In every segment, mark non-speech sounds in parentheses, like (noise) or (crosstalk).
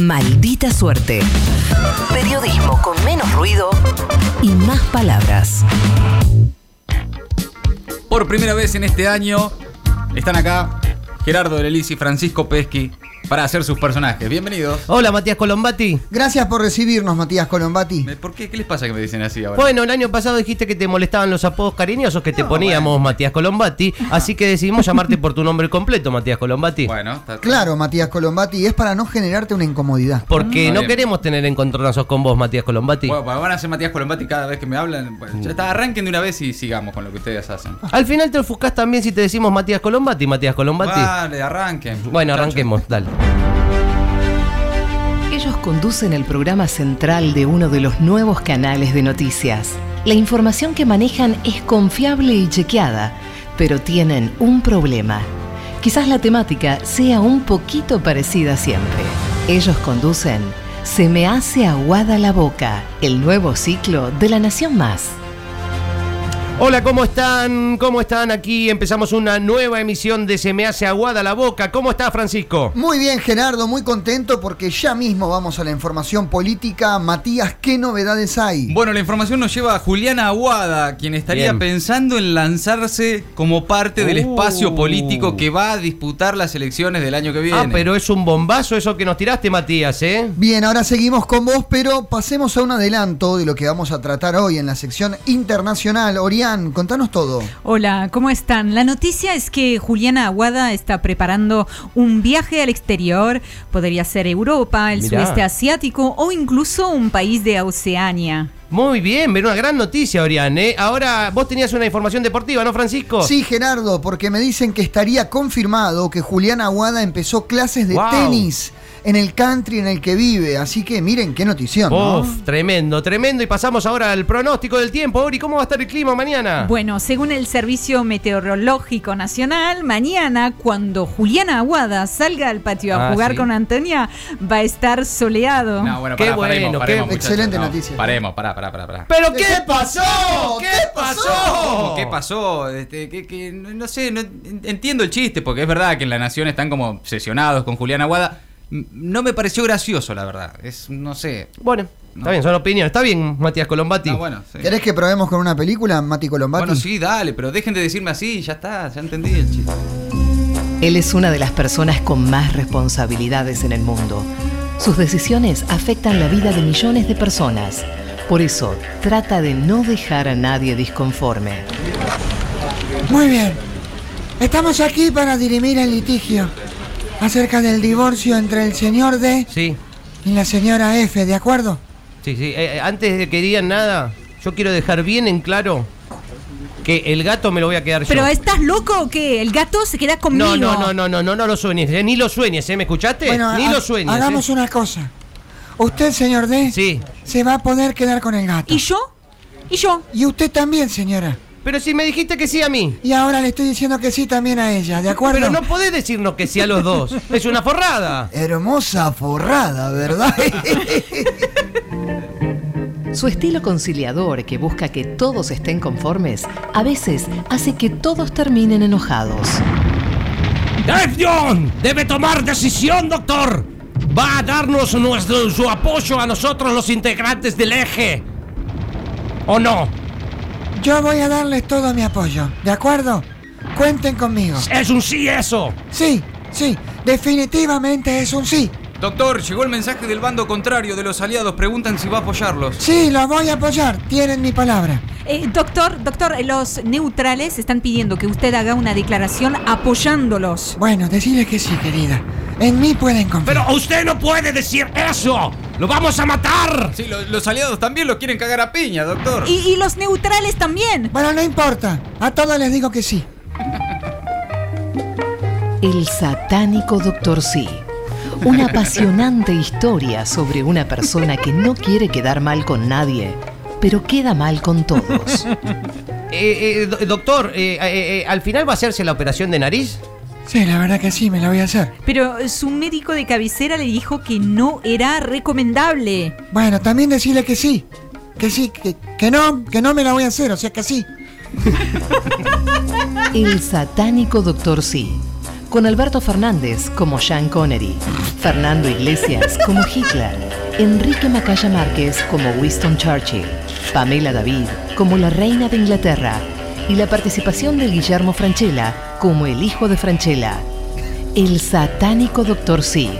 Maldita suerte. Periodismo con menos ruido y más palabras. Por primera vez en este año están acá Gerardo Lelisi y Francisco Peschi para hacer sus personajes. Bienvenidos. Hola Matías Colombati. Gracias por recibirnos, Matías Colombati. ¿Por qué? ¿Qué les pasa que me dicen así ahora? Bueno, el año pasado dijiste que te molestaban los apodos cariñosos que te poníamos, Matías Colombati, así que decidimos llamarte por tu nombre completo, Matías Colombati. Bueno, está- Claro, Matías Colombati, es para no generarte una incomodidad. Porque Está no bien. queremos tener encontronazos con vos, Matías Colombati. Bueno, pues van a ser Matías Colombati cada vez que me hablan. Bueno, ya está, arranquen de una vez y sigamos con lo que ustedes hacen. Al final te ofuscás también si te decimos Matías Colombati, Matías Colombati. Vale, arranquen. Bueno, Muchachos. arranquemos, dale. Ellos conducen el programa central de uno de los nuevos canales de noticias. La información que manejan es confiable y chequeada, pero tienen un problema. Quizás la temática sea un poquito parecida siempre. Ellos conducen Se me hace aguada la boca, el nuevo ciclo de La Nación Más. Hola, ¿cómo están? ¿Cómo están? Aquí empezamos una nueva emisión de Se me hace aguada la boca. ¿Cómo está, Francisco? Muy bien, Gerardo, muy contento porque ya mismo vamos a la información política. Matías, ¿qué novedades hay? Bueno, la información nos lleva a Juliana Aguada, quien estaría Bien. pensando en lanzarse como parte del Uh. espacio político que va a disputar las elecciones del año que viene. Ah, pero es un bombazo eso que nos tiraste, Matías, ¿eh? Bien, ahora seguimos con vos, pero pasemos a un adelanto de lo que vamos a tratar hoy en la sección internacional. Orián, contanos todo. Hola, ¿cómo están? La noticia es que Juliana Aguada está preparando un viaje al exterior. Podría ser Europa, el Mirá. sudeste asiático o incluso un país de Oceania. Muy bien, pero una gran noticia, Orián, ¿eh? Ahora vos tenías una información deportiva, ¿no, Francisco? Sí, Gerardo, porque me dicen que estaría confirmado que Julián Aguada empezó clases de Wow. tenis en el country en el que vive. Así que miren qué notición. ¿no? Uf, tremendo, tremendo. Y pasamos ahora al pronóstico del tiempo. Ori, ¿cómo va a estar el clima mañana? Bueno, según el Servicio Meteorológico Nacional, mañana cuando Juliana Aguada salga al patio a Ah, jugar sí. con Antonia, va a estar soleado. No, bueno, Qué pará, bueno, paremos, paremos, qué muchachos, excelente no, noticia. Paremos, pará, pará, pará. pará. ¿Pero qué pasó? ¿Qué pasó? ¿Cómo ¿Qué pasó? Este, que- que- no no sé, no- entiendo el chiste, porque es verdad que en la nación están como obsesionados con Julián Aguada. M- No me pareció gracioso, la verdad. Es, no sé. Bueno, está bien, son opiniones. Está bien, Matías Colombati. No, bueno, sí. ¿Querés que probemos con una película, Mati Colombati? Bueno, sí, dale, pero dejen de decirme así, ya está, ya entendí el chiste. Él es una de las personas con más responsabilidades en el mundo. Sus decisiones afectan la vida de millones de personas. Por eso, trata de no dejar a nadie disconforme. Muy bien. Estamos aquí para dirimir el litigio acerca del divorcio entre el señor D Sí, y la señora F, ¿de acuerdo? sí, sí. Eh, eh, antes de que digan nada, yo quiero dejar bien en claro que el gato me lo voy a quedar ¿Pero yo. estás loco o qué? El gato se queda No, conmigo. no, no, no, no, no, no lo sueñes, eh, ni lo sueñes, ¿eh? ¿Me escuchaste? ni ha- lo sueñes. eh. Hagamos una cosa. Usted, señor D, Sí. se va a poder quedar con el gato. ¿Y yo? ¿Y yo? Y usted también, señora. Pero si me dijiste que sí a mí. Y ahora le estoy diciendo que sí también a ella, ¿de acuerdo? Pero no podés decirnos que sí a los (laughs) dos. Es una forrada. Hermosa forrada, ¿verdad? Su estilo conciliador, que busca que todos estén conformes, a veces hace que todos terminen enojados. John debe tomar decisión, doctor. Va a darnos nuestro, su apoyo a nosotros los integrantes del eje. ¿O no? (laughs) Yo voy a darles todo mi apoyo, ¿de acuerdo? Cuenten conmigo. Es un sí eso. Sí, sí, definitivamente es un sí. Doctor, llegó el mensaje del bando contrario de los aliados. Preguntan si va a apoyarlos. Sí, lo voy a apoyar, tienen mi palabra. Eh, doctor, doctor, eh, los neutrales están pidiendo que usted haga una declaración apoyándolos. Bueno, decirle que sí, querida. En mí pueden confiar. usted no puede decir eso. Lo vamos a matar. Sí, lo- los aliados también lo quieren cagar a piña, doctor. Y, y los neutrales también. Bueno, no importa. A todos les digo que sí. El satánico Doctor Sí. Una apasionante historia sobre una persona que no quiere quedar mal con nadie, pero queda mal con todos. doctor, eh, eh, eh, ¿al final va a hacerse la operación de nariz? Sí, la verdad que sí, me la voy a hacer. Pero eh, su médico de cabecera le dijo que no era recomendable. Bueno, también decirle que sí. Que sí, que, que no, que no me la voy a hacer, o sea que sí. El satánico Doctor Sí. con Alberto Fernández como Sean Connery, Fernando Iglesias como Hitler, Enrique Macaya Márquez como Winston Churchill, Pamela David como la reina de Inglaterra y la participación de Guillermo Franchella como el hijo de Franchella. El satánico Doctor Sí,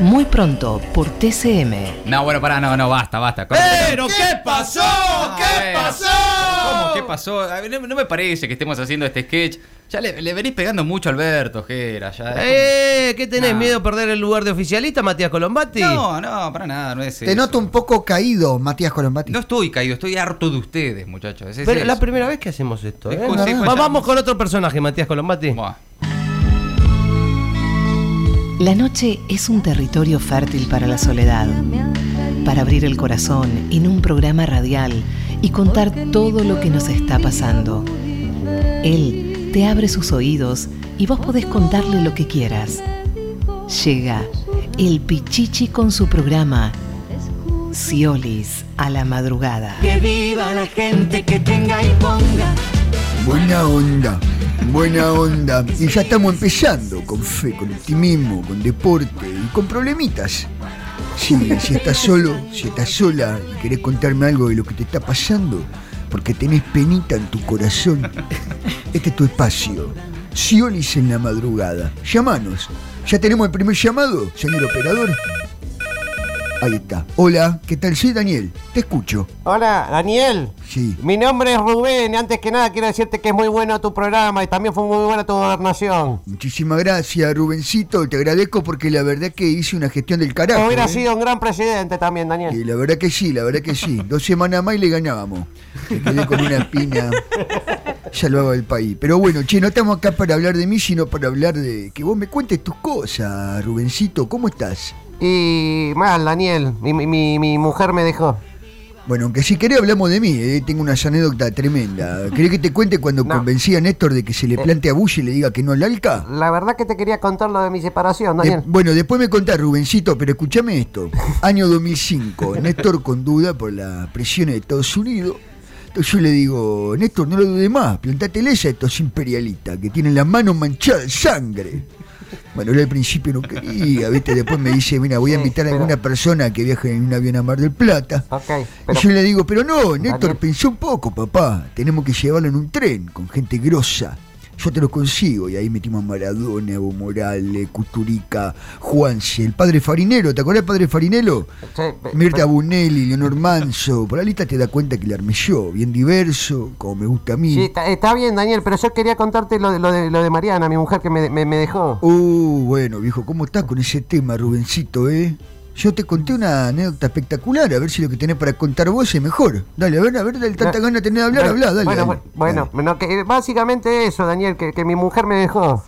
muy pronto por TCM. No, bueno, pará, no, no, basta, basta. ¿Pero qué pasó? Ah, ¿Qué bueno. ¿Cómo? pasó? ¿Qué pasó? A ver, no, no me parece que estemos haciendo este sketch. Ya le, le venís pegando mucho a Alberto, Jera. Ya Eh, ¿qué tenés? Nah. ¿Miedo a perder el lugar de oficialista, Matías Colombati? No, no, para nada, no es Te eso. noto un poco caído, Matías Colombati. No estoy caído, estoy harto de ustedes, muchachos. Es, es Pero es la eso. primera vez que hacemos esto. Es ¿eh? consejo Va- ya- eh, Vamos con otro personaje, Matías Colombati. Buah. La noche es un territorio fértil para la soledad, para abrir el corazón en un programa radial y contar todo lo que nos está pasando. Él te abre sus oídos y vos podés contarle lo que quieras. Llega el Pichichi con su programa Ciolis a la madrugada. Buena onda, buena onda. Y ya estamos empezando con fe, con optimismo, con deporte y con problemitas. Sí, si estás solo, si estás sola y querés contarme algo de lo que te está pasando, porque tenés penita en tu corazón, este es tu espacio. Siolis en la madrugada. Llamanos. ¿Ya tenemos el primer llamado, señor operador? Ahí está. Hola, ¿qué tal? Soy Daniel. Te escucho. Hola, Daniel. Sí. Mi nombre es Rubén y antes que nada quiero decirte que es muy bueno tu programa y también fue muy buena tu gobernación. Muchísimas gracias, Rubencito. Te agradezco porque la verdad que hice una gestión del carajo. Hubiera ¿eh? sido un gran presidente también, Daniel. Y la verdad que sí, la verdad que sí. Dos semanas más y le ganábamos. Me quedé con una espina. Salvaba el país. Pero bueno, che, no estamos acá para hablar de mí, sino para hablar de que vos me cuentes tus cosas, Rubencito. ¿Cómo estás? Y mal, Daniel. Mi, mi- mi- mi mujer me dejó. Bueno, aunque si querés hablamos de mí, eh, tengo una anécdota tremenda. ¿Querés que te cuente cuando No. Eh. convencí a Néstor de que se le plante a Bush y le diga que no al alca? La verdad que te quería contar lo de mi separación, De- Daniel. Eh, bueno, después me contás, Rubencito, pero escúchame esto. Año 2005, Néstor con duda por las presiones de Estados Unidos. Entonces yo le digo, Néstor, no lo dudes más, plantatele esa a estos imperialistas que tienen las manos manchadas de sangre. Bueno, él al principio no quería, ¿viste? Después me dice, mira, voy a Sí, invitar a pero- alguna persona que viaje en un avión a Mar del Plata. Ok, Y pero yo le digo, pero no, Néstor, Daniel. pensé un poco, papá. Tenemos que llevarlo en un tren con gente grosa. Yo te lo consigo. Y ahí metimos a Maradona, Evo Morales, Cuturica, Juanse, el padre Farinero. ¿Te acordás del padre Farinero? sí, pe- Mirta pe- Bunelli, Leonor Manso. Por la lista te das cuenta que le armé yo. Bien diverso, como me gusta a mí. sí, está, está bien, Daniel, pero yo quería contarte lo de, lo de, lo de Mariana, mi mujer que me, me- me dejó. Uh, bueno, viejo, ¿cómo estás con ese tema, Rubencito, eh? Yo te conté una anécdota espectacular, a ver si lo que tenés para contar vos es mejor. Dale, a ver, a ver, dale, tanta No. ganas tenés de hablar, habla, dale. Bueno, dale, bueno, dale. bueno, que- eh, básicamente eso, Daniel, que, que mi mujer me dejó.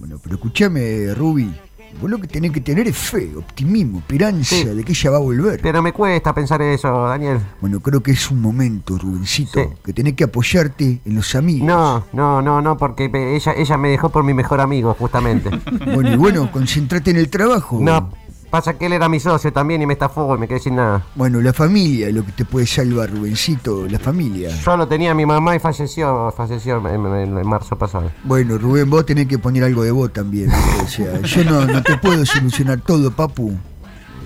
Bueno, pero escúchame, Ruby. Vos lo que tenés que tener es fe, optimismo, esperanza Sí. de que ella va a volver. Pero me cuesta pensar eso, Daniel. Bueno, creo que es un momento, Rubencito, Sí. que tenés que apoyarte en los amigos. No, no, no, no, porque pe- ella, ella me dejó por mi mejor amigo, justamente. Bueno, y bueno, concentrate en el trabajo. No, pasa que él era mi socio también y me estafó y me quedé sin nada. Bueno, la familia es lo que te puede salvar, Rubencito, la familia. Yo lo tenía a mi mamá y falleció, falleció en, en- en marzo pasado. Bueno, Rubén, vos tenés que poner algo de vos también. ¿viste? O sea, yo no, no te puedo solucionar todo, papu.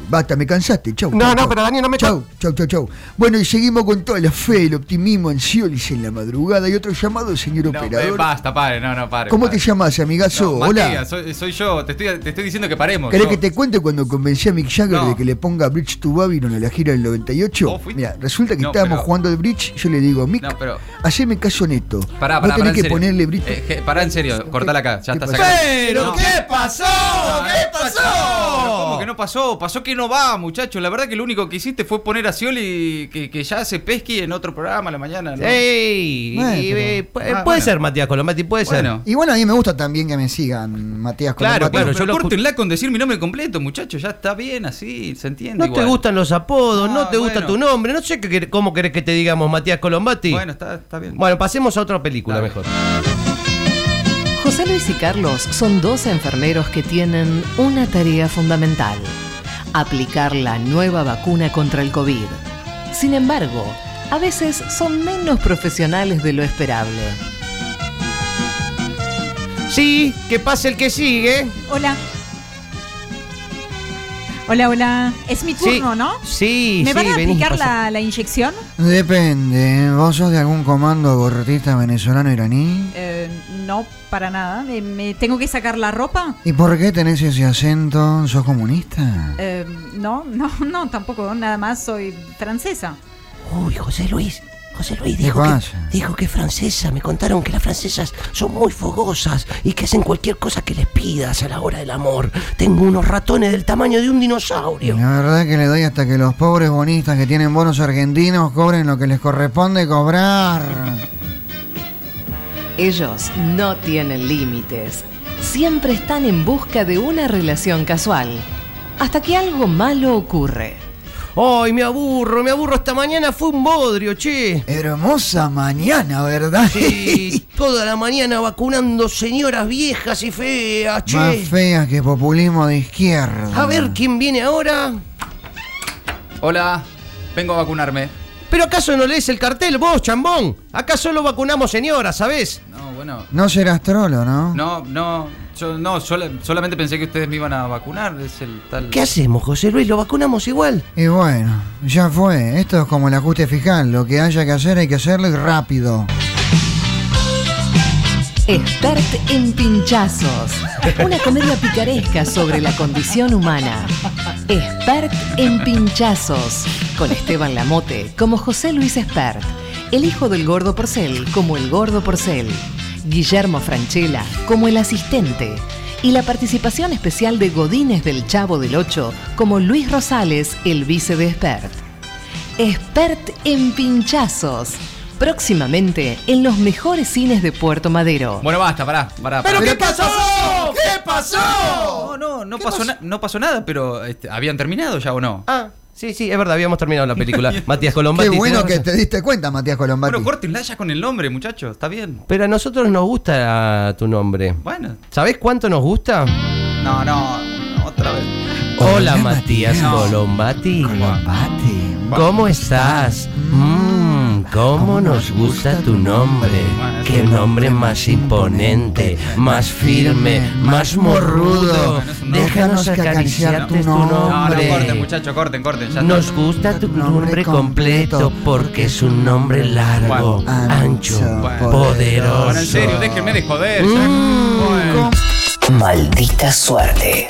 Basta, me cansaste, chau. No, chau, no, chau. pero Dani, no me Chau, chau, chau, chau. Bueno, y seguimos con toda la fe, el optimismo, ansiolis en la madrugada y otro llamado, señor No, eh, operador. basta, padre, no, no, padre. ¿Cómo padre. te llamas, amigazo? No, Hola. Matías, soy, soy yo, te estoy, te estoy diciendo que paremos. ¿Querés yo. que te cuente cuando convencí a Mick Jagger No. de que le ponga Bridge to Babylon a la gira del 98? ¿Vos fuiste? Mira, resulta que No, estábamos pero- jugando al bridge, yo le digo, Mick, No, pero- haceme caso neto. Pará, pará, Vos tenés pará, en que serio. ponerle Bridge to- Eh, je- pará, en serio, cortala acá, ya ¿Qué está pasó? sacando. ¿Pero No. qué pasó? ¿Qué Pero pasó? ¿Cómo que no pasó? Pasó que no va, muchacho. La verdad que lo único que hiciste fue poner a Scioli que, que ya se pesqui en otro programa a la mañana. ¿no? Ey, Bueno, y- pero- y- eh, pu- puede Ah, bueno. ser, Matías Colombati, puede Bueno. ser. Y bueno, a mí me gusta también que me sigan, Matías Claro, Colombati. Bueno, yo pero lo escu- córtenla con decir mi nombre completo, muchacho. Ya está bien así, se entiende. No igual. te gustan los apodos, no Ah, te gusta bueno. tu nombre, no sé qué quer- cómo querés que te digamos Matías Colombati. Bueno, está, está bien. Bueno, pasemos a otra película Dale. mejor. José Luis y Carlos son dos enfermeros que tienen una tarea fundamental, aplicar la nueva vacuna contra el COVID. Sin embargo, a veces son menos profesionales de lo esperable. Sí, que pase el que sigue. Hola. Hola, hola. Es mi Sí. turno, ¿no? Sí, ¿Me sí, van a vení, aplicar pasa. la, la inyección? Depende, ¿vos sos de algún comando abortista venezolano iraní? Eh, no, para nada. ¿Me, me tengo que sacar la ropa? ¿Y por qué tenés ese acento? ¿Sos comunista? Eh, no, no, no, tampoco. Nada más soy francesa. Uy, José Luis. José Luis ¿Qué dijo que, pasa? dijo que es francesa. Me contaron que las francesas son muy fogosas y que hacen cualquier cosa que les pidas a la hora del amor. Tengo unos ratones del tamaño de un dinosaurio. La verdad que le doy hasta que los pobres bonistas que tienen bonos argentinos cobren lo que les corresponde cobrar. (laughs) Ellos no tienen límites. Siempre están en busca de una relación casual. Hasta que algo malo ocurre. Ay, me aburro, me aburro. Esta mañana fue un bodrio, che. Hermosa mañana, ¿verdad? Sí, toda la mañana vacunando señoras viejas y feas, (laughs) che. Más feas que populismo de izquierda. A ver quién viene ahora. Hola, vengo a vacunarme. ¿Pero acaso no lees el cartel vos, chambón? Acá solo vacunamos señoras, ¿sabés? No, bueno. No serás trolo, ¿no? No, no. Yo no, sola- solamente pensé que ustedes me iban a vacunar. Es el tal. ¿Qué hacemos, José Luis? ¿Lo vacunamos igual? Y bueno, ya fue. Esto es como el ajuste fiscal. Lo que haya que hacer hay que hacerlo y rápido. Expert en pinchazos. Una comedia picaresca sobre la condición humana. Expert en pinchazos. Con Esteban Lamote como José Luis Expert. El hijo del gordo Porcel como el gordo Porcel. Guillermo Franchella como el asistente. Y la participación especial de Godínez del Chavo del Ocho como Luis Rosales, el vice de Expert. Expert en pinchazos. Próximamente en los mejores cines de Puerto Madero. Bueno, basta, pará, pará. pará. pasó? ¿Qué pasó? No, no, no pasó, na- no pasó nada, pero este, ¿habían terminado ya o no? Ah, sí, sí, es verdad, habíamos terminado (laughs) la película. Matías Colombati. Qué bueno que tenés razón. te diste cuenta, Matías Colombati. Bueno, córtenla ya con el nombre, muchachos, está bien. Pero a nosotros nos gusta tu nombre. Bueno, ¿Sabés cuánto nos gusta? no, no, otra vez. Hola, Matías Matías. Colombati. Colombati. ¿Cómo estás? Mmm, ¿cómo nos gusta tu nombre? Qué nombre más imponente, más firme, más morrudo. Déjanos acariciarte tu No, no, corten, nombre. muchachos, corten, corten. Ya Nos está. gusta tu nombre completo porque es un nombre largo, Bueno. ancho, Bueno. Bueno, en poderoso. serio, déjenme de joder. ya. Mm. Bueno. Maldita suerte.